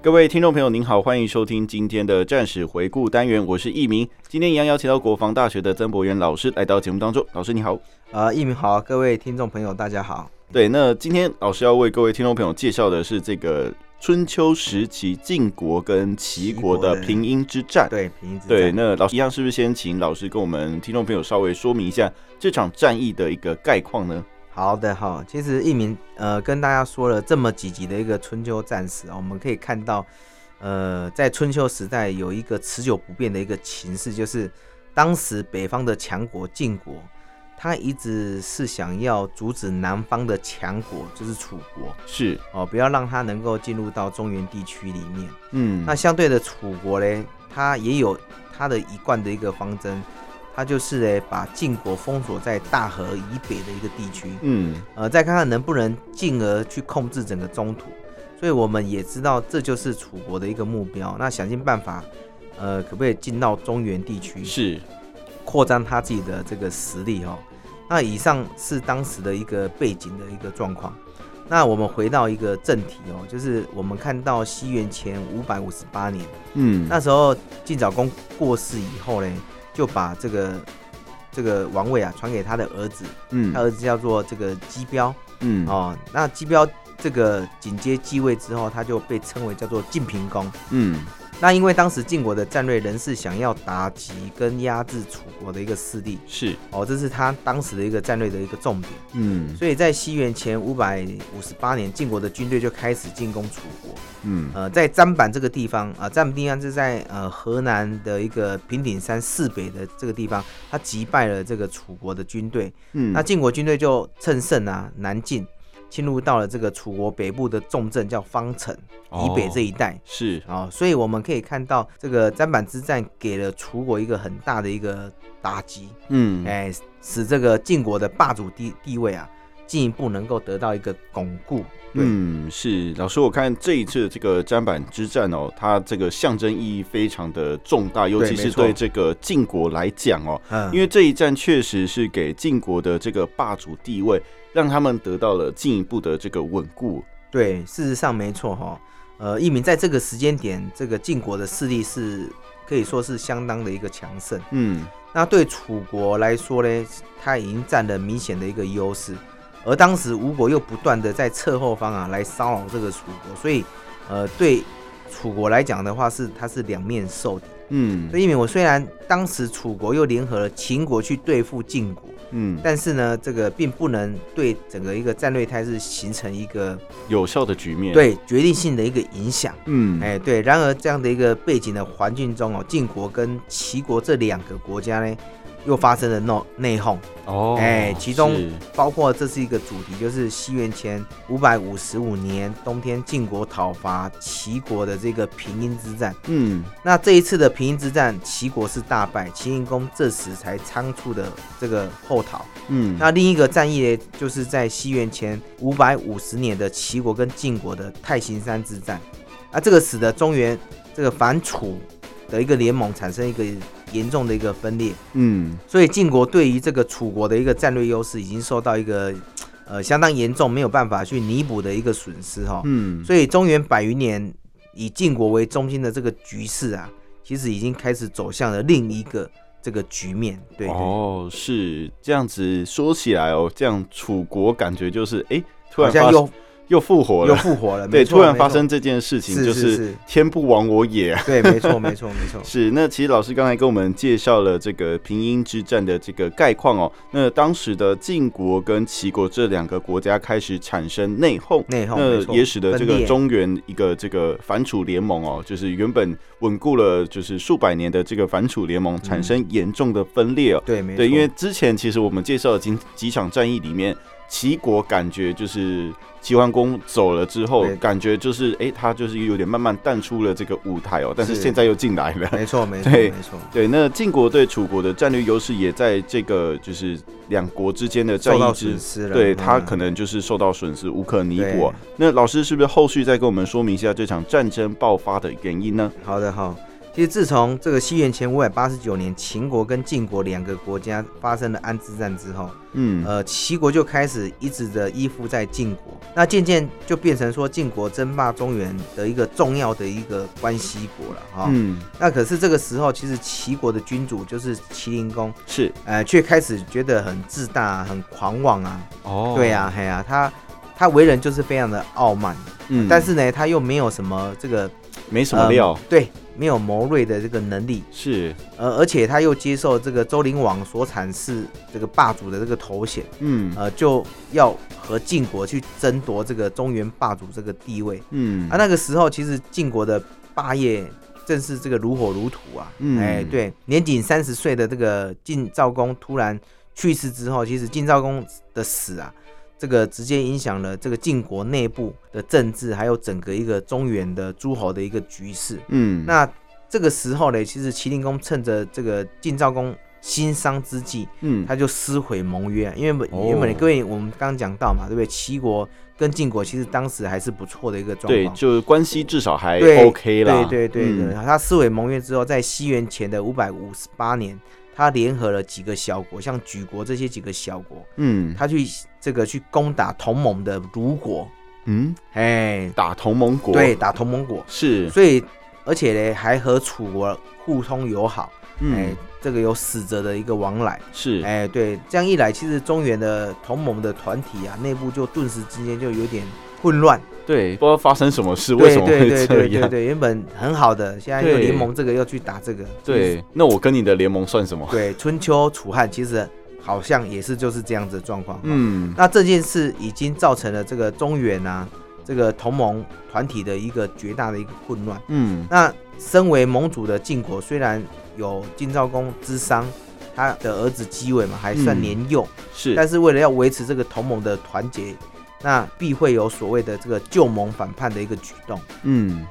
各位听众朋友，您好，欢迎收听今天的战史回顾单元，我是易明。今天一样邀请到国防大学的曾博元老师来到节目当中，老师你好。呃，一鸣好，各位听众朋友，大家好。对，那今天老师要为各位听众朋友介绍的是这个春秋时期晋国跟齐国的平阴之战。对，平易之对，战。那老师一样是不是先请老师跟我们听众朋友稍微说明一下这场战役的一个概况呢？好的哈，其实一鸣呃跟大家说了这么几集的一个春秋战史，啊我们可以看到，呃，在春秋时代有一个持久不变的一个情势，就是当时北方的强国晋国，他一直是想要阻止南方的强国，就是楚国是，哦，不要让他能够进入到中原地区里面。嗯，那相对的楚国嘞，它也有它的一贯的一个方针，它就是嘞把晋国封锁在大河以北的一个地区，嗯，呃，再看看能不能进而去控制整个中土。所以我们也知道这就是楚国的一个目标，那想尽办法，呃，可不可以进到中原地区，是，扩张他自己的这个实力哦。那以上是当时的一个背景的一个状况。那我们回到一个正题哦，就是我们看到西元前五百五十八年。嗯，那时候晋昭公过世以后呢，就把这个这个王位啊传给他的儿子，他嗯，儿子叫做这个姬彪嗯，哦。那姬彪这个紧接继位之后，他就被称为叫做晋平公。嗯，那因为当时晋国的战略仍是想要打击跟压制楚国的一个势力是，哦，这是他当时的一个战略的一个重点。嗯，所以在西元前五百五十八年，晋国的军队就开始进攻楚国。嗯，呃，在砧板这个地方啊，砧板地方是在呃河南的一个平顶山市北的这个地方，他击败了这个楚国的军队，嗯，那晋国军队就趁胜啊南进，侵入到了这个楚国北部的重镇叫方城以北这一一带。是，哦，所以我们可以看到，这个砧板之战给了楚国一个很大的一个打击，嗯，哎、使这个晋国的霸主地地位啊，进一步能够得到一个巩固。对，嗯，是老师，我看这一次这个砧板之战哦，它这个象征意义非常的重大，尤其是没错对这个晋国来讲哦，嗯因为这一战确实是给晋国的这个霸主地位，让他们得到了进一步的这个稳固。对，事实上没错哈、呃，一鸣在这个时间点，这个晋国的势力是可以说是相当的一个强盛。嗯那对楚国来说呢，他已经占了明显的一个优势，而当时吴国又不断的在侧后方啊来骚扰这个楚国，所以呃，对楚国来讲的话是它是两面受敌。嗯所以一鸣，我虽然当时楚国又联合了秦国去对付晋国，嗯，但是呢，这个并不能对整个一个战略态势形成一个有效的局面。，对决定性的一个影响。嗯，哎，对。然而这样的一个背景的环境中哦，晋国跟齐国这两个国家呢，又发生了内内讧，哦哎其中是包括这是一个主题，就是西元前五百五十五年冬天晋国讨伐齐国的这个平阴之战。嗯那这一次的平阴之战，齐国是大败，齐桓公这时才仓促的这个后逃。嗯，那另一个战役呢，就是在西元前五百五十年的齐国跟晋国的太行山之战，啊，这个使得中原这个反楚的一个联盟产生一个严重的一个分裂，嗯所以晋国对于这个楚国的一个战略优势已经受到一个呃相当严重没有办法去弥补的一个损失哈、哦，嗯，所以中原百余年以晋国为中心的这个局势啊，其实已经开始走向了另一个这个局面，对对哦，是这样子说起来哦，这样楚国感觉就是哎、突好然发像又又复活又了。复活了，对，没错突然没发错生这件事情，是就是是是哦天不亡我也啊。。对，没错，没错，没错是，那其实老师刚才跟我们介绍了这个平阴之战的这个概况哦。那当时的晋国跟齐国这两个国家开始产生内讧，内讧没那错也使得这分个裂中原一个这个反楚联盟哦，就是原本稳固了就是数百年的这个反楚联盟产生严重的分裂哦。对，没错。对，因为之前其实我们介绍的几几场战役里面，齐国感觉就是齐桓公走了之后对，感觉就是哎、他就是有点慢慢淡出了这个舞台哦，但是是现在又进来了。没错，没错，对没错，对，那晋国对楚国的战略优势也在这个就是两国之间的战受到役之损，失了。对嗯他可能就是受到损失，无可弥补哦、对那老师是不是后续再跟我们说明一下这场战争爆发的原因呢？好的，好。其实自从这个西元前五百八十九年，秦国跟晋国两个国家发生了安之战之后，嗯，呃，齐国就开始一直的依附在晋国，那渐渐就变成说晋国争霸中原的一个重要的一个关系国了哈、嗯，那可是这个时候，其实齐国的君主就是齐灵公，是呃，却开始觉得很自大啊、很狂妄啊，哦对呀、、啊，嘿呀、啊，他他为人就是非常的傲慢，嗯但是呢，他又没有什么这个没什么呃料，对，没有谋略的这个能力，是，呃，而且他又接受这个周灵王所阐释这个霸主的这个头衔，嗯呃，就要和晋国去争夺这个中原霸主这个地位嗯啊。那个时候，其实晋国的霸业正是这个如火如荼啊，嗯哎，对，年仅三十岁的这个晋昭公突然去世之后，其实晋昭公的死啊，这个直接影响了这个晋国内部的政治，还有整个一个中原的诸侯的一个局势。嗯那这个时候呢，其实齐灵公趁着这个晋昭公新伤之际，嗯他就撕毁盟约啊，因为本哦原本各位我们刚刚讲到嘛，对不对？齐国跟晋国其实当时还是不错的一个状对，况，就是关系至少还对 OK 啦。对对对对，嗯他撕毁盟约之后，在西元前的五百五十八年，他联合了几个小国，像莒国这些几个小国，嗯他去这个去攻打同盟的鲁国，嗯，哎，打同盟国，嗯对，打同盟国，是，所以而且呢还和楚国互通友好，哎嗯，这个有使者的一个往来。是，哎，对，这样一来，其实中原的同盟的团体啊，内部就顿时之间就有点混乱。对，不知道发生什么事， 为对什么对会对这对对样？对，原本很好的，现在又对联盟这个又去打这个。对，那我跟你的联盟算什么？对，春秋楚汉其实好像也是就是这样子的状况。，嗯，那这件事已经造成了这个中原啊，这个同盟团体的一个绝大的一个混乱。嗯，那身为盟主的晋国，虽然有晋昭公之伤，他的儿子姬尾嘛还算嗯年幼。是，但是为了要维持这个同盟的团结，那必会有所谓的这个旧盟反叛的一个举动。嗯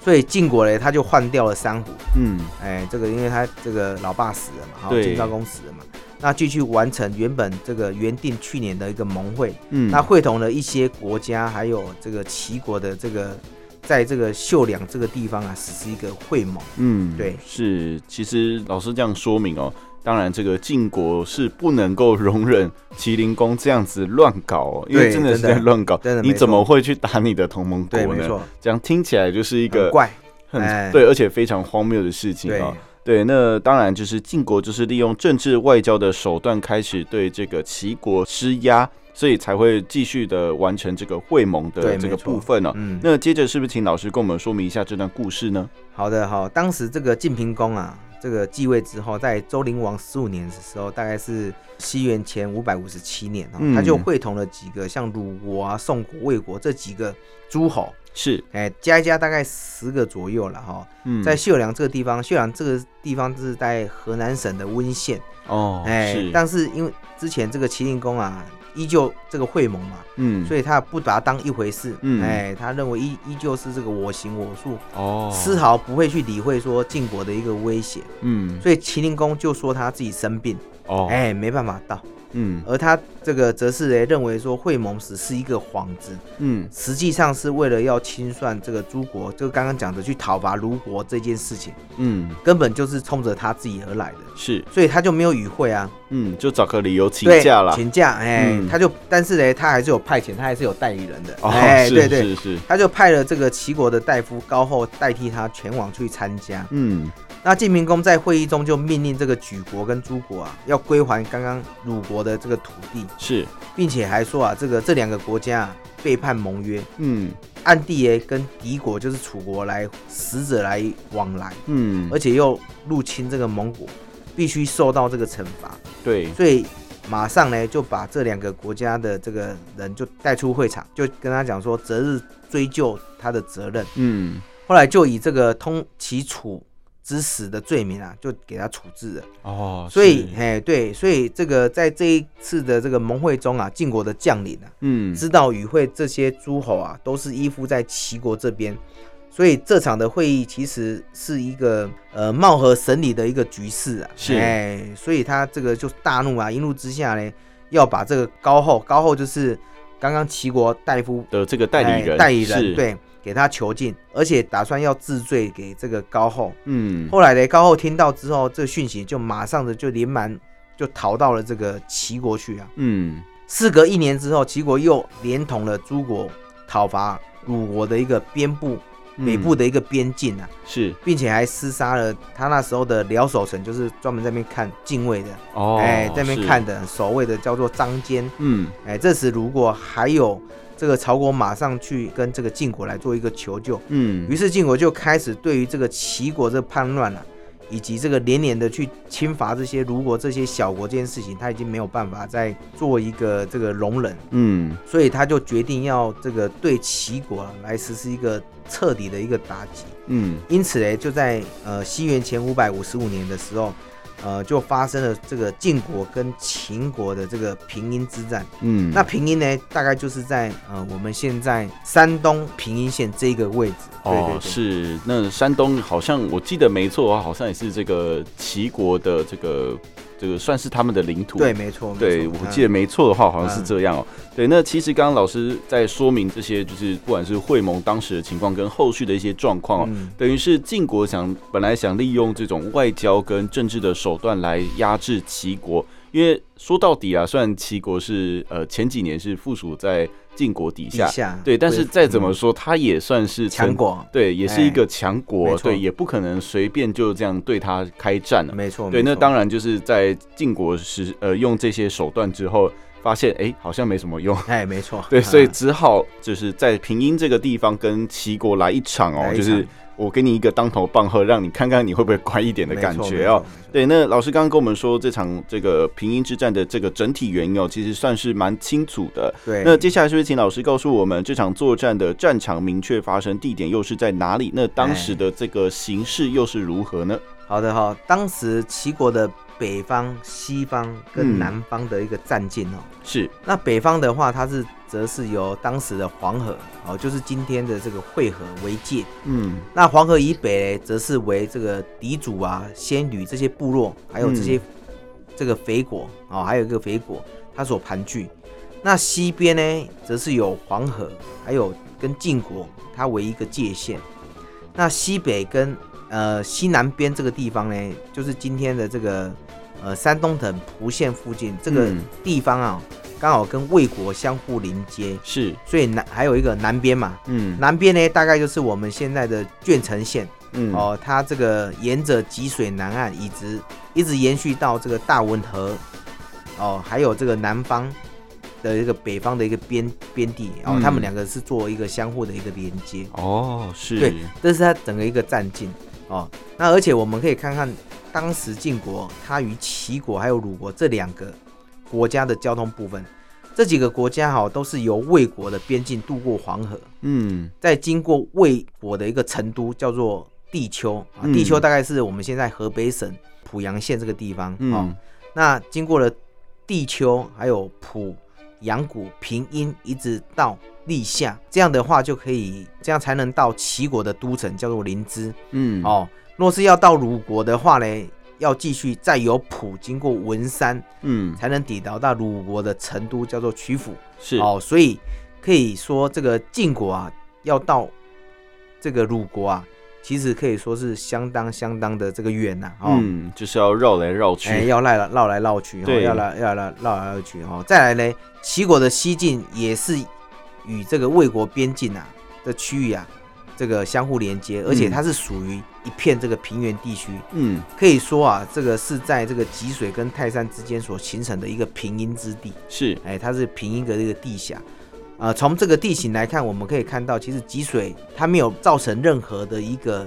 所以晋国嘞，他就换掉了三虎，嗯，哎，这个因为他这个老爸死了嘛，好，对晋昭公死了嘛，那继续完成原本这个原定去年的一个盟会，嗯，那会同了一些国家，还有这个齐国的这个，在这个秀梁这个地方啊，实施一个会盟。嗯，对是，其实老师这样说明哦。当然，这个晋国是不能够容忍麒麟公这样子乱搞哦，因为对真的是真的在乱搞真的，没你怎错么会去打你的同盟国对，没呢？错，这样听起来就是一很个怪，哎很对，而且非常荒谬的事情对啊、对，那当然就是晋国就是利用政治外交的手段开始对这个齐国施压，所以才会继续的完成这个会盟的对这个没错部分呢、啊嗯，那接着是不是请老师跟我们说明一下这段故事呢？好的，好，当时这个晋平公啊，这个继位之后，在周灵王十五年的时候，大概是西元前五百五十七年啊、哦嗯他就会同了几个像鲁国啊、宋国、魏国这几个诸侯，是，哎，加一加大概十个左右了哈、嗯在秀梁这个地方，秀梁这个地方是在河南省的温县，哦，哎是，，但是因为之前这个齐灵公啊，依旧这个会盟嘛，嗯，所以他不把它当一回事，嗯哎，他认为依依旧是这个我行我素，哦，丝，毫不会去理会说晋国的一个威胁，嗯，所以秦灵公就说他自己生病，哦，哎、没办法到。嗯而他这个则是哎认为说会盟只是一个幌子，嗯，实际上是为了要清算这个诸国，就刚刚讲的去讨伐卢国这件事情，嗯，根本就是冲着他自己而来的，是，所以他就没有与会啊，嗯，就找个理由请对假啦。请假，哎、嗯他就但是呢，他还是有派遣，他还是有代理人的，哦，哎、是对对。是是，他就派了这个齐国的大夫高厚代替他前往去参加，嗯那晋明公在会议中就命令这个莒国跟诸国啊，要归还刚刚鲁国的这个土地，是，并且还说啊，这个这两个国家啊背叛盟约，嗯暗地也跟敌国就是楚国来使者来往来，嗯而，且又入侵这个蒙古，必须受到这个惩罚。对，所以马上呢就把这两个国家的这个人就带出会场，就跟他讲说择日追究他的责任。嗯后来就以这个通其楚之死的罪名啊，就给他处置了。哦，所以，是哎，对，所以这个在这一次的这个盟会中啊，晋国的将领啊，嗯知道与会这些诸侯啊，都是依附在齐国这边。所以这场的会议其实是一个呃貌合神离的一个局势啊，是哎，所以他这个就大怒啊，一怒之下呢，要把这个高后，高后就是刚刚齐国大夫的这个代理人，哎代理人是，对，给他囚禁，而且打算要治罪给这个高后。嗯，后来呢，高后听到之后，这个讯息就马上的就连忙就逃到了这个齐国去啊。嗯事隔一年之后，齐国又连同了诸国讨伐鲁国的一个边部嗯北部的一个边境啊，是并且还厮杀了他那时候的辽守城，就是专门在那边看禁卫的，哦，哎、在那边是看，的守卫的叫做张坚。嗯哎，这时如果还有这个曹国马上去跟这个晋国来做一个求救，于嗯是晋国就开始对于这个齐国这叛乱啊，以及这个连年的去侵伐这些鲁国这些小国这件事情，他已经没有办法再做一个这个容忍，嗯所以他就决定要这个对齐国啊来实施一个彻底的一个打击。嗯因此呢，就在呃西元前五百五十五年的时候，呃就发生了这个晋国跟秦国的这个平阴之战。嗯，那平阴呢，大概就是在呃我们现在山东平阴县这个位置。对对哦对，是那山东好像我记得没错啊，好像也是这个齐国的这个这个算是他们的领土，对，没错，对，我记得没错的话，好像是嗯这样哦、对，那其实刚刚老师在说明这些，就是不管是会盟当时的情况跟后续的一些状况哦，嗯等于是晋国想本来想利用这种外交跟政治的手段来压制齐国，因为说到底啊，虽然齐国是呃前几年是附属在晋国底一下，下，对，但是恢复再怎么说，它也算是强曾。国，对，也是一个强哎国，没错对，也不可能随便就这样对他开战了。没错，对，没那错当然就是在晋国时，呃，用这些手段之后，发现哎、诶好像没什么用。哎，没错，对，啊所以只好就是在平阴这个地方跟齐国来一场哦来，一就是场我给你一个当头棒喝，让你看看你会不会乖一点的感觉哦。，没错没错没错对，那老师刚刚跟我们说这场这个平阴之战的这个整体原因哦，其实算是蛮清楚的。对，那接下来是不是请老师告诉我们这场作战的战场明确发生地点又是在哪里？那当时的这个形势又是如何呢？好的哈，当时齐国的北方、西方嗯跟南方的一个战境哦。是，那北方的话，它是则是由当时的黄河哦，就是今天的这个会合为界。嗯，那黄河以北呢，则是为这个狄族啊、鲜吕这些部落，还有这些、这个肥国哦，还有一个肥国，它所盘踞。那西边呢，则是有黄河，还有跟晋国它为一个界限。那西北跟呃西南边这个地方呢，就是今天的这个呃山东省蒲县附近这个嗯地方啊，刚好跟魏国相互临接，是，所以南还有一个南边嘛，嗯，南边呢，大概就是我们现在的鄄城县嗯，哦，它这个沿着济水南岸一直一直延续到这个大汶河哦，还有这个南方的一个北方的一个边边地哦，嗯他们两个是做一个相互的一个连接，哦，是，对这是它整个一个战境哦。那而且我们可以看看当时晋国它与齐国还有鲁国这两个国家的交通部分，这几个国家哈、哦、都是由魏国的边境渡过黄河。嗯，再经过魏国的一个成都，叫做地丘啊，嗯地丘大概是我们现在河北省濮阳县这个地方、哦嗯。，那经过了地丘，还有濮阳谷、平阴，一直到历下，这样的话就可以，这样才能到齐国的都城，叫做临淄、嗯，哦。若是要到鲁国的话呢，要继续再由濮经过文山，嗯，才能抵达到鲁国的成都，叫做曲阜。是，哦，所以可以说这个晋国啊，要到这个鲁国啊，其实可以说是相当相当的这个远呐、哦。嗯，就是要绕来绕去，哎，要绕来绕来绕去，哦、对要来要来绕来绕去哦。再来呢，齐国的西晋也是与这个魏国边境啊的区域啊，这个相互连接，而且它是属于一片这个平原地区，嗯，可以说啊，这个是在这个吉水跟泰山之间所形成的一个平阴之地。是，哎，它是平一个这个地峡。呃，从这个地形来看，我们可以看到，其实积水它没有造成任何的一个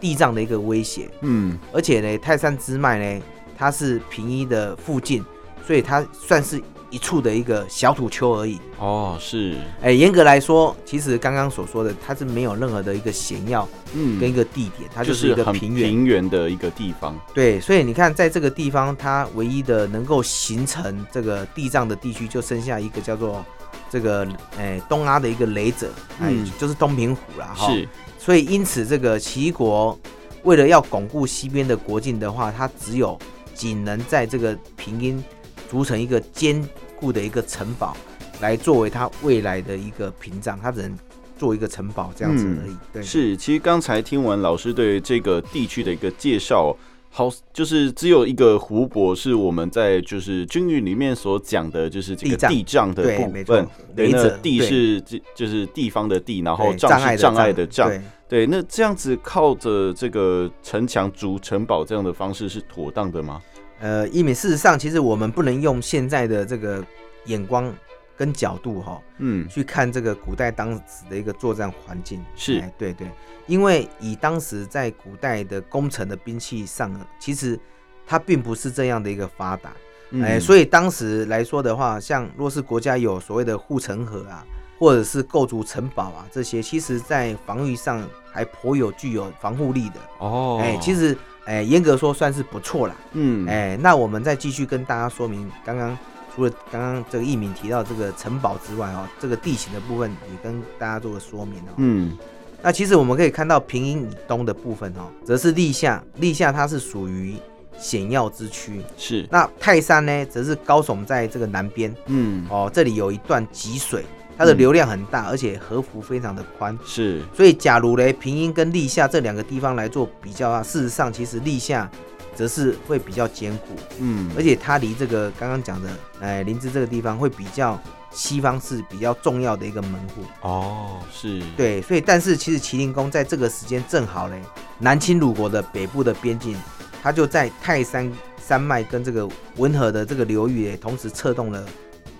地障的一个威胁，嗯，而且呢，泰山支脉呢，它是平一的附近，所以它算是一处的一个小土丘而已。哦，是，哎，严格来说，其实刚刚所说的，它是没有任何的一个险要嗯，跟一个地点，它就就是一个很平原。平原的一个地方，对，所以你看，在这个地方，它唯一的能够形成这个地藏的地区，就剩下一个叫做这个诶、东阿的一个雷者，哎、嗯就是东平湖啦哈。是，所以因此，这个齐国为了要巩固西边的国境的话，它只有仅能在这个平阴筑成一个坚固的一个城堡，来作为它未来的一个屏障，它只能做一个城堡这样子而已。对，嗯是，其实刚才听完老师对这个地区的一个介绍哦，好，就是只有一个湖泊是我们在就是军语里面所讲的，就是这个地藏地障的对，部没错分。。对，雷那者地对是这就是地方的地，然后对障是障碍的障。对对，那这样子靠着这个城墙筑城堡这样的方式是妥当的吗？呃，一米，事实上，其实我们不能用现在的这个眼光跟角度哈、嗯，去看这个古代当时的一个作战环境。是哎对对，因为以当时在古代的工程的兵器上，其实它并不是这样的一个发达。嗯哎，所以当时来说的话，像若是国家有所谓的护城河啊，或者是构筑城堡啊，这些其实在防御上还颇有具有防护力的。哦，哎，其实哎，严格说算是不错啦。嗯，哎，那我们再继续跟大家说明，刚刚除了刚刚这个一鸣提到这个城堡之外哦，这个地形的部分也跟大家做个说明哦。嗯，那其实我们可以看到平阴以东的部分哦，则是立夏，立夏它是属于险要之区。是，那泰山呢，则是高耸在这个南边嗯，哦，这里有一段集水，它的嗯流量很大，而且河幅非常的宽。是，所以，假如嘞平阴跟立夏这两个地方来做比较啊，事实上其实立夏则是会比较坚固，嗯，而且它离这个刚刚讲的，哎，林芝这个地方会比较西方是比较重要的一个门户。哦，是，，对，所以但是其实麒麟宫在这个时间正好嘞，南侵鲁国的北部的边境，它就在泰山山脉跟这个文河的这个流域嘞，同时策动了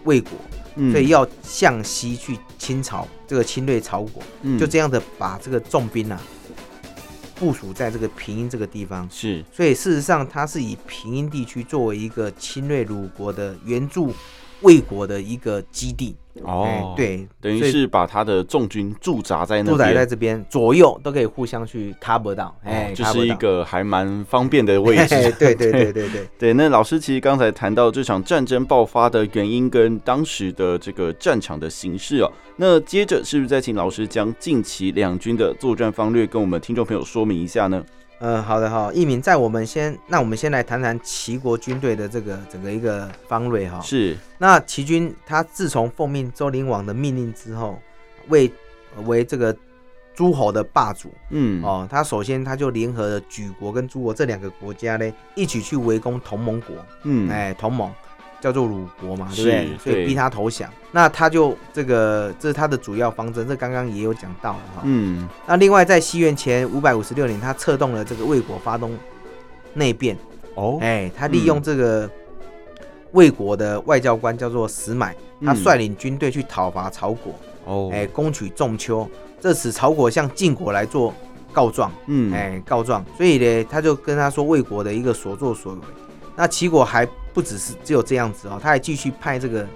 魏国，嗯所以要向西去侵朝这个侵略朝国，就这样，样的把这个重兵啊部署在这个平阴这个地方。是，所以事实上，它是以平阴地区作为一个侵略鲁国的援助魏国的一个基地。哦哎，，对，等于所以是把他的重军驻扎在那边，住宅在这边左右都可以互相去 cover 到，哎、哦，这 cover 是一到。个还蛮方便的位嘿置。对对对对对， 对，那老师其实刚才谈到这场战争爆发的原因跟当时的这个战场的形势哦，那接着是不是再请老师将近期两军的作战方略跟我们听众朋友说明一下呢？嗯，好的哈，一鸣，在我们先，那我们先来谈谈齐国军队的这个整个一个方略哈。是，那齐军他自从奉命周灵王的命令之后，为为这个诸侯的霸主，嗯，哦，他首先他就联合了举国跟诸国这两个国家呢，一起去围攻同盟国，嗯，哎，同盟叫做鲁国嘛，对是不对？所对以逼他投降。那他就这个，这是他的主要方针，这刚刚也有讲到了哈。嗯，那另外在西元前五百五十六年，他策动了这个魏国发动内变，哦，哎，他利用这个魏国的外交官叫做石买，他嗯率领军队去讨伐曹国，哦，哎，攻取仲丘。这使曹国向晋国来做告状，嗯，哎，告状，所以呢，他就跟他说魏国的一个所作所为。那齐国还不只是只有这样子哦，他还继续派这个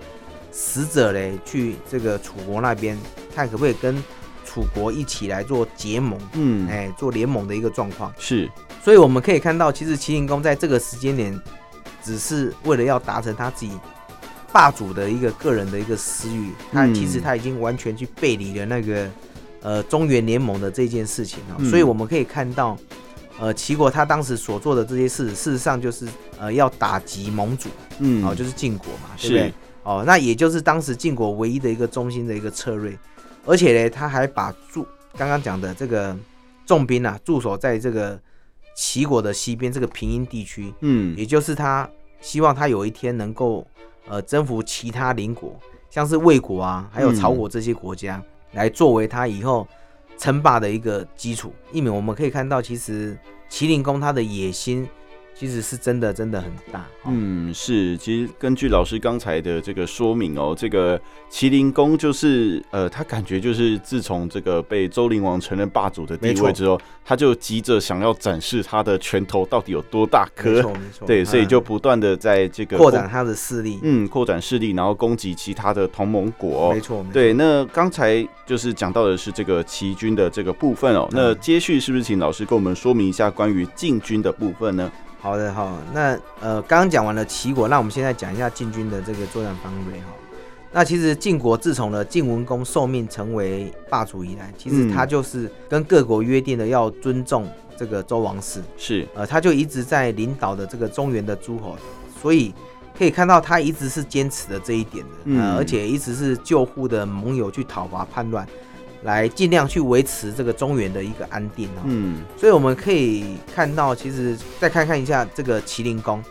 使者嘞去这个楚国那边，看可不可以跟楚国一起来做结盟，嗯，哎，做联盟的一个状况。是，所以我们可以看到，其实齐灵公在这个时间点，只是为了要达成他自己霸主的一个个人的一个私欲，他嗯其实他已经完全去背离了那个呃中原联盟的这件事情啊、嗯所以我们可以看到，呃，齐国他当时所做的这些事，事实上就是呃要打击盟主嗯，哦，就是晋国嘛，对是不对？哦，那也就是当时晋国唯一的一个中心的一个策略，而且呢，他还把驻刚刚讲的这个重兵啊驻守在这个齐国的西边这个平阴地区，嗯，也就是他希望他有一天能够呃征服其他邻国，像是魏国啊，还有嗯曹国这些国家，来作为他以后称霸的一个基础。一鸣我们可以看到，其实麒麟公他的野心其实是真的真的很大。哦、嗯，是，其实根据老师刚才的这个说明哦，这个麒麟公就是呃，他感觉就是自从这个被周灵王承认霸主的地没错位之后，他就急着想要展示他的拳头到底有多大 没颗，错没错，对，所以嗯就不断的在这个扩展他的势力。嗯嗯，扩展势力，然后攻击其他的同盟国、哦没错，没错对，那刚才就是讲到的是这个齐军的这个部分嗯哦，那接续是不是请老师跟我们说明一下关于禁军的部分呢？好的，好，那呃，刚刚讲完了齐国，那我们现在讲一下晋军的这个作战方略哈。那其实晋国自从了晋文公受命成为霸主以来，其实嗯他就是跟各国约定了要尊重这个周王室，是，呃，他就一直在领导的这个中原的诸侯，所以可以看到他一直是坚持的这一点的，嗯呃，而且一直是救护的盟友去讨伐叛乱，来尽量去维持这个中原的一个安定哈。啊嗯，所以我们可以看到，其实再看看一下这个麒麟公，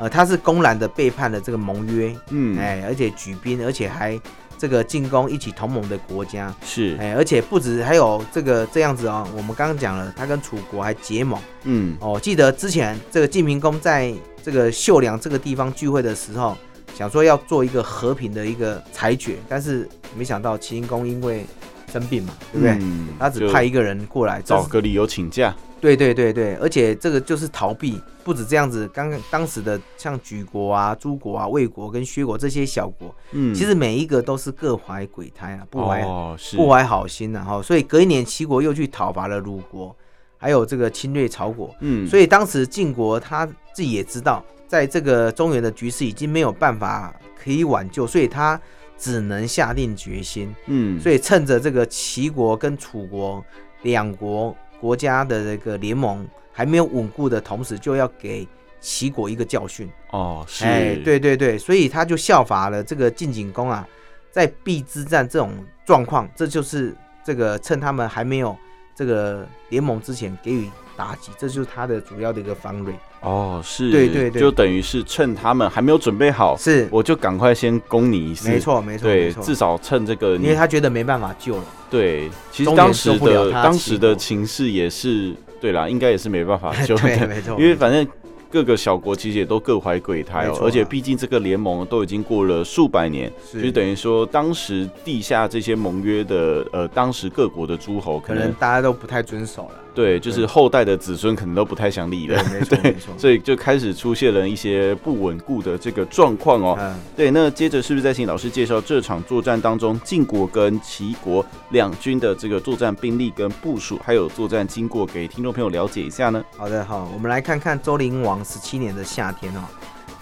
呃，他是公然的背叛了这个盟约，嗯，哎、而且举兵，而且还这个进攻一起同盟的国家，是，哎、而且不止还有这个这样子啊、我们刚刚讲了，他跟楚国还结盟嗯，哦。记得之前这个晋平公在这个秀梁这个地方聚会的时候，想说要做一个和平的一个裁决，但是没想到麒麟公因为生病嘛，对不对？嗯他只就派一个人过来，这找是个理由请假，对对对对，而且这个就是逃避，不止这样子。刚刚当时的像莒国啊、诸国啊、魏国跟薛国这些小国，嗯，其实每一个都是各怀鬼胎啊，不怀、哦，是，不怀好心啊。哈。所以隔一年，齐国又去讨伐了鲁国，还有这个侵略曹国。嗯，所以以当时晋国他自己也知道，在这个中原的局势已经没有办法可以挽救，所以他只能下定决心，嗯，所以以趁着这个齐国跟楚国两国国家的这个联盟还没有稳固的同时，就要给齐国一个教训。哦，是，哎，，对对对，所以他就效法了这个晋景公啊，在避之战这种状况，这就是这个趁他们还没有这个联盟之前给予打击，这就是他的主要的一个方略。哦，是，对对对就等于是趁他们还没有准备好，是，哦我就赶快先攻你一次，没，错没错没对，错至，少趁这个因你为他觉得没办法救了。对，其实中当原时受不了的他当欺时的负情势也是，对啦，应该也是没办 法 救的，对，没错，因为没错反正各个小国其实也都各怀鬼胎没哦，错啊而且毕竟这个联盟都已经过了数百年，就是等于说当时地下这些盟约的呃，当时各国的诸侯可可能能大家都不太遵守 了。对，就是对后代的子孙可能都不太想理对了。，没错没错。所以就开始出现了一些不稳固的这个状况哦。嗯，对，那接着是不是再请老师介绍这场作战当中，晋国跟齐国两军的这个作战兵力跟部署，还有作战经过，给听众朋友了解一下呢？好的，好，我们来看看周灵王十七年的夏天哦，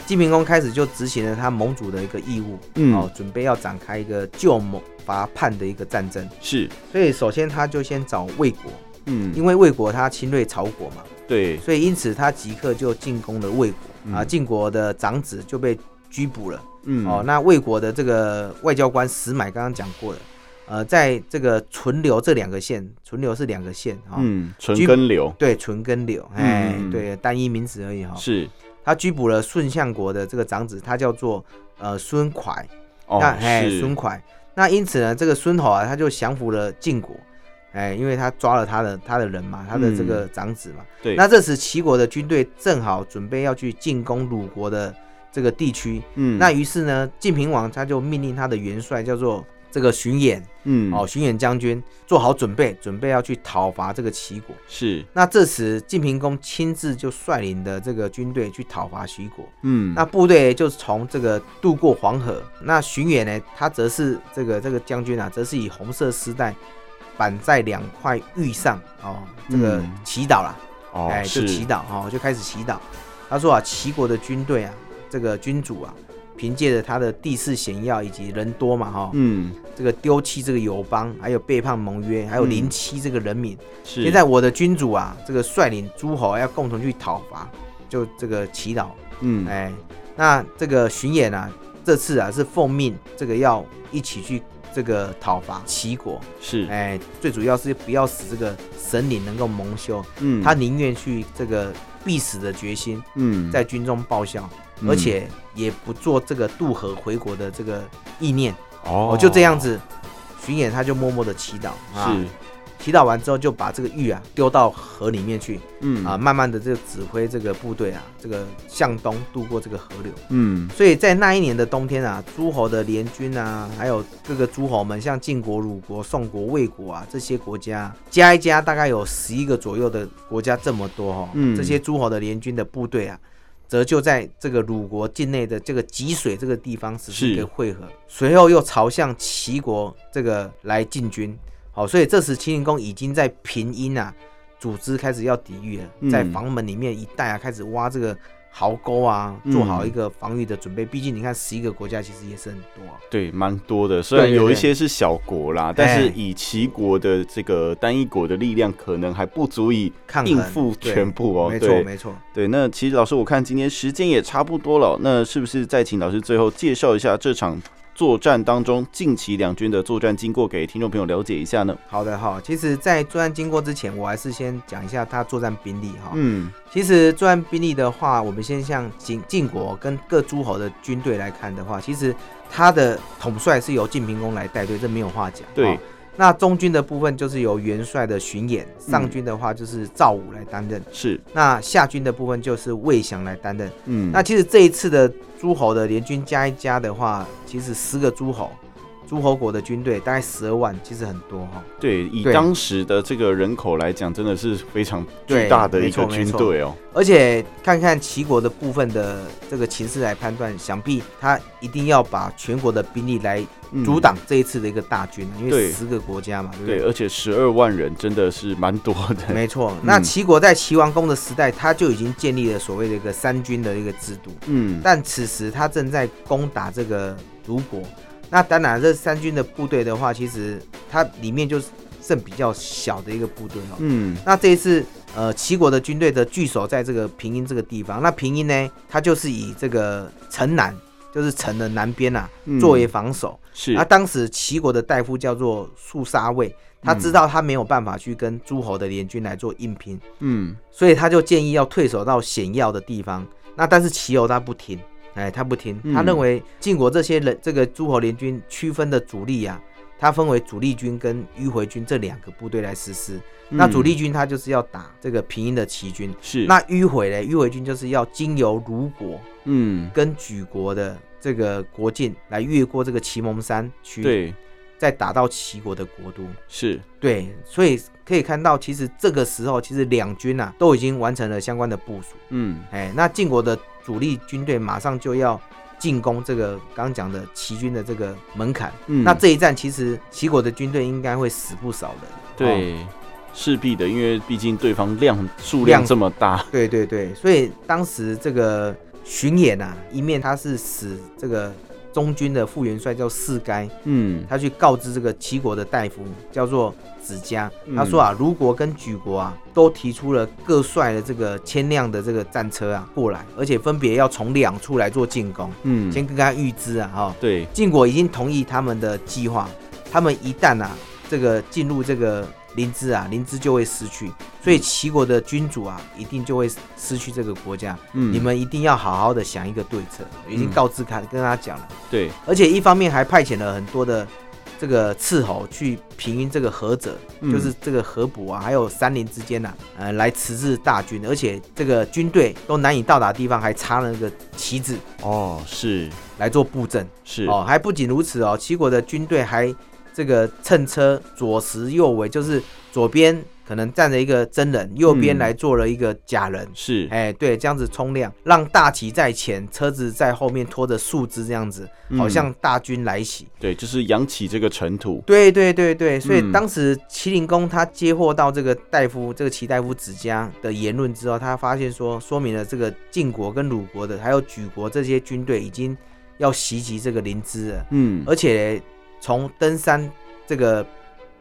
晋平公开始就执行了他盟主的一个义务，嗯哦，准备要展开一个救盟伐叛的一个战争。是，所以首先他就先找魏国，嗯，因为魏国他侵略曹国嘛，对，所以因此他即刻就进攻了魏国啊，嗯晋国的长子就被拘捕了。嗯，哦，，那魏国的这个外交官石买刚刚讲过了，呃，在这个淳流这两个县，淳流是两个县哈。嗯，纯基根流对，淳跟柳，哎、嗯嗯嗯对，单一名字而已哈、哦是，他拘捕了顺相国的这个长子，他叫做呃孙蒯。哦那，哎，是孙，蒯。那因此呢，这个孙侯啊，他就降服了晋国，哎，因为他抓了他的他的人嘛，他的这个长子嘛。嗯对，那这时齐国的军队正好准备要去进攻鲁国的这个地区，嗯，那于是呢，晋平王他就命令他的元帅叫做这个巡演嗯，哦，，巡演将军做好准备，准备要去讨伐这个齐国。是，那这时，晋平公亲自就率领的这个军队去讨伐徐国，嗯，那部队就从这个渡过黄河。那巡演呢，他则是这个这个将军啊，则是以红色丝带绑在两块玉上哦，这个嗯祈祷啦，哦，，哎，就是祈祷哦，就开始祈祷。他说啊，齐国的军队啊，这个君主啊，凭借着他的地势险要以及人多嘛哈、哦，嗯，这个丢弃这个友邦，还有背叛盟约，还有嗯临欺这个人民。是，现在我的君主啊，这个率领诸侯要共同去讨伐，就这个祈祷。嗯，哎，那这个巡演啊，这次啊是奉命这个要一起去这个讨伐齐国。是，哎，最主要是不要使这个神灵能够蒙羞，嗯，他，宁愿去这个必死的决心，嗯，在军中报效，嗯而且也不做这个渡河回国的这个意念。哦哦，就这样，子，巡演他就默默的祈祷啊。是，提导完之后就把这个玉啊丢到河里面去嗯啊，慢慢的这个指挥这个部队啊，这个向东渡过这个河流。嗯所以在那一年的冬天啊，诸侯的联军啊，还有各个诸侯们，像晋国、鲁国、宋国、魏国啊这些国家，加一加大概有十一个左右的国家这么多哦。嗯这些诸侯的联军的部队啊，则就在这个鲁国境内的这个济水这个地方实施是一个汇合，随后又朝向齐国这个来进军。好，所以这时秦灵公已经在平阴啊，组织开始要抵御了，嗯在房门里面一带啊，开始挖这个壕沟啊，做好一嗯个防御的准备。毕竟你看，十一个国家其实也是很多啊、对，蛮多的。虽然对对有一对些是小国啦，但是哎以齐国的这个单一国的力量，可能还不足以抗衡应付对全部哦。没错，对没错。对，那其实老师，我看今天时间也差不多了，那是不是再请老师最后介绍一下这场作战当中近期两军的作战经过，给听众朋友了解一下呢？好的哈，其实，在作战经过之前，我还是先讲一下他作战兵力哈。嗯其实作战兵力的话，我们先向晋晋国跟各诸侯的军队来看的话，其实他的统帅是由晋平公来带队，这没有话讲。对哦那中军的部分就是由元帅的巡演，嗯上军的话就是赵武来担任，是，那下军的部分就是魏翔来担任。嗯，那其实这一次的诸侯的联军加一加的话，其实十个诸侯，诸侯国的军队大概十二万，其实很多哈、对，以对当时的这个人口来讲，真的是非常巨对大的没一个错没军错队哦。而且看看齐国的部分的这个情势来判断，想必他一定要把全国的兵力来嗯阻挡这一次的一个大军，啊因对为十个国家嘛，对不对，对？而且十二万人真的是蛮多的。嗯没错，那齐国在齐王公的时代，他就已经建立了所谓的一个三军的一个制度，嗯，但此时他正在攻打这个鲁国。那当然，这三军的部队的话，其实它里面就是剩比较小的一个部队哦。嗯，那这一次，呃，齐国的军队的据守在这个平阴这个地方。那平阴呢，它就是以这个城南，就是城的南边啊，嗯作为啊防守。是那当时齐国的大夫叫做肃杀卫，他知道他没有办法去跟诸侯的联军来做硬拼，嗯，所以他就建议要退守到险要的地方。那但是齐侯他不听，哎，他不听，嗯他认为晋国这些人这个诸侯联军区分的主力啊，他分为主力军跟迂回军这两个部队来实施。嗯那主力军他就是要打这个平阴的齐军，是那迂回嘞，迂回军就是要经由鲁国嗯，跟莒国的这个国境来越过这个祁蒙山区，，对，再打到齐国的国都。是对，所以可以看到，其实这个时候，其实两军啊都已经完成了相关的部署。嗯，哎，那晋国的主力军队马上就要进攻这个刚刚讲的齐军的这个门槛。嗯那这一战，其实齐国的军队应该会死不少人。哦对，势必的，因为毕竟对方量数量量这么大，对对对，所以当时这个巡演啊，一面他是使这个中军的副元帅叫士该，嗯，他去告知这个齐国的大夫叫做子家嗯，他说啊，鲁国跟莒国啊都提出了各率的这个千辆的这个战车啊过来，而且分别要从两处来做进攻，嗯，先跟他预知啊哈、对，晋国已经同意他们的计划，他们一旦啊这个进入这个灵芝啊，灵芝就会失去，所以齐国的君主啊一定就会失去这个国家。嗯，你们一定要好好的想一个对策，已经告知他、跟他讲了，对，而且一方面还派遣了很多的这个斥候去平阴这个河者，嗯就是这个河谷啊，还有山林之间呐、啊，呃，来迟滞大军，而且这个军队都难以到达的地方，还插了个旗子哦，是来做布阵。是，哦，还不仅如此哦，齐国的军队还这个乘车左拾右围，就是左边可能站着一个真人，右边嗯来做了一个假人。是，哎，对，这样子冲量，让大旗在前，车子在后面拖着树枝，这样子，好嗯像大军来袭。对，就是扬起这个尘土，对对对对，所嗯以当时麒麟公他接获到这个大夫这个齐大夫子家的言论之后，他发现说，说明了这个晋国跟鲁国的还有莒国这些军队已经要袭击这个灵芝了。嗯而且从登山这个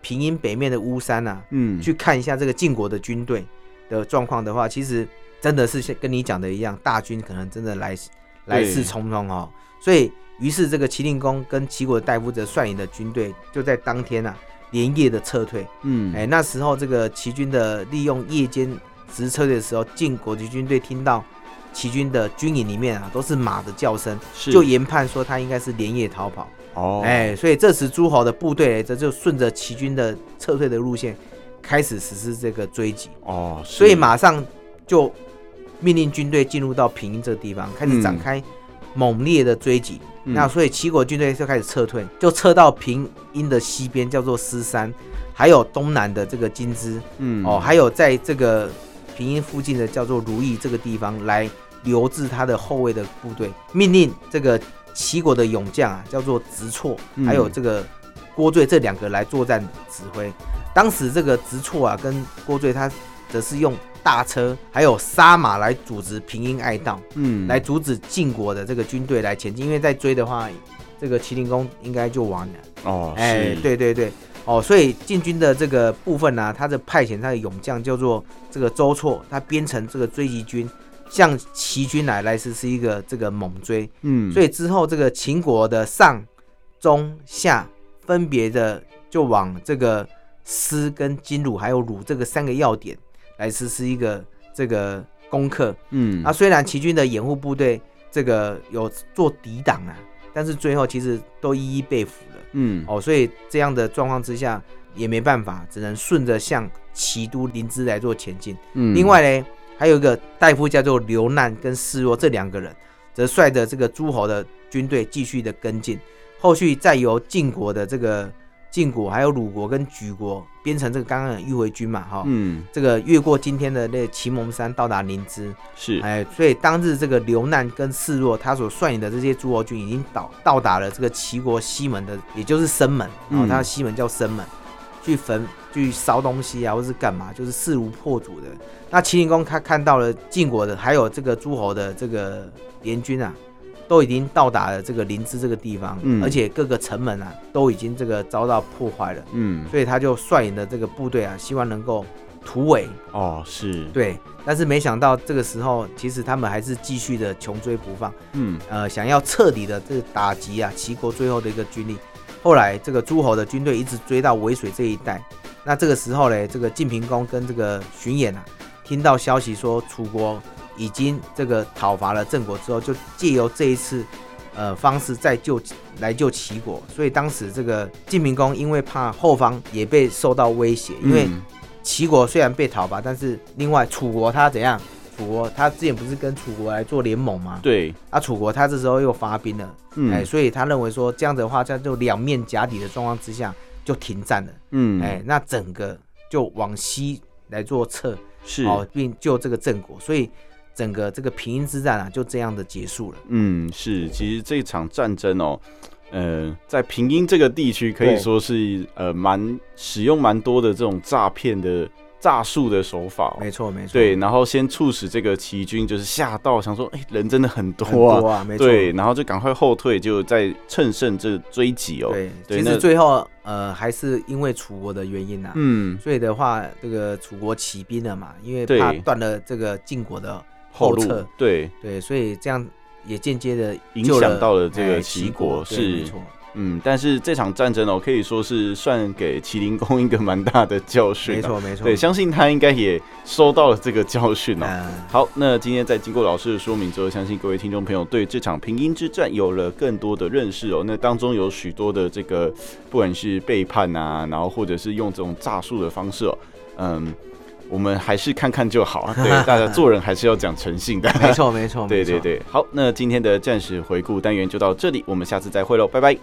平阴北面的巫山啊，嗯，去看一下这个晋国的军队的状况的话，其实真的是像跟你讲的一样，大军可能真的来来势汹汹哦。所以，于是这个齐令公跟齐国的大夫则率领的军队就在当天啊连夜的撤退。嗯，哎，那时候这个齐军的利用夜间实施撤退的时候，晋国的军队听到齐军的军营里面啊都是马的叫声，是就研判说他应该是连夜逃跑。哦，哎哎、所以这时诸侯的部队这就顺着齐军的撤退的路线，开始实施这个追击，哦，是所以马上就命令军队进入到平阴这个地方，开始展开猛烈的追击。嗯那所以齐国军队就开始撤退，就撤到平阴的西边，叫做狮山，还有东南的这个金枝，嗯哦，还有在这个平阴附近的叫做如意这个地方来留置他的后卫的部队，命令这个齐国的勇将啊，叫做直错，嗯还有这个郭醉这两个来作战指挥。当时这个直错啊跟郭醉他则是用大车还有沙马来组织平阴隘道，嗯来阻止晋国的这个军队来前进，因为再追的话，这个麒麟弓应该就完了。哦，哎，是，对对对，哦，所以进军的这个部分呢、他的派遣他的勇将叫做这个周错，他编成这个追击军，向齐军来来是是一个这个猛追，嗯，所以以之后这个秦国的上、中、下分别的就往这个师跟金鲁还有鲁这个三个要点来实施一个这个攻克。嗯啊，虽然齐军的掩护部队这个有做抵挡啊，但是最后其实都一一被俘了。嗯哦，所以这样的状况之下也没办法，只能顺着向齐都临淄来做前进。嗯哦另外呢，还有一个大夫叫做刘难跟示弱这两个人，则率着这个诸侯的军队继续的跟进，后续再由晋国的这个晋国还有鲁国跟莒国编成这个刚刚的迂回军嘛，哈、嗯这个越过今天的那个祁蒙山，到达临淄，是哎，所以当日这个刘难跟示弱他所率领的这些诸侯军已经到到达了这个齐国西门的，也就是生门，然后嗯他的西门叫生门，去焚去烧东西啊，或是干嘛，就是势如破竹的。那秦灵公他看到了晋国的，还有这个诸侯的这个联军啊，都已经到达了这个临淄这个地方，嗯而且各个城门啊都已经这个遭到破坏了，嗯所以他就率领的这个部队啊，希望能够突围，哦是对，但是没想到这个时候，其实他们还是继续的穷追不放，嗯呃，想要彻底的这个打击啊齐国最后的一个军力。后来这个诸侯的军队一直追到渭水这一带，那这个时候嘞，这个晋平公跟这个荀衍啊，听到消息说楚国已经这个讨伐了郑国之后，就借由这一次。呃，方式再救来救齐国，所以当时这个晋平公因为怕后方也被受到威胁，因为嗯齐国虽然被讨伐，但是另外楚国他怎样？楚国他之前不是跟楚国来做联盟吗？对啊，楚国他这时候又发兵了，嗯哎，所以他认为说这样子的话，在就两面夹底的状况之下就停战了，嗯哎，那整个就往西来做撤，是哦，并救这个郑国，所以整个这个平阴之战啊就这样的结束了。嗯，是，其实这场战争哦，呃，在平阴这个地区可以对说是呃蛮使用蛮多的这种诈骗的诈术的手法、哦。没错，没错，对，，然后先促使这个齐军就是吓到，想说，哎、人真的很多很啊，多啊，没错，对，然后就赶快后退，就再趁胜这追击哦。对，对其那实最后呃还是因为楚国的原因啊，嗯，所以的话，这个楚国起兵了嘛，因为对怕断了这个晋国的，后后路撤对，对，所以这样也间接的影响到了这哎个齐国是没错，嗯，但是这场战争哦，可以说是算给麒麟公一个蛮大的教训、没啊。错，没错，对，相信他应该也收到了这个教训哦。 嗯，好，那今天在经过老师的说明之后，相信各位听众朋友对这场平阴之战有了更多的认识哦。那当中有许多的这个，不管是背叛啊，然后或者是用这种诈术的方式哦，嗯，我们还是看看就好啊。对，大家做人还是要讲诚信的。没错，没错，对没对错。对，好，那今天的战史回顾单元就到这里，我们下次再会喽，拜拜。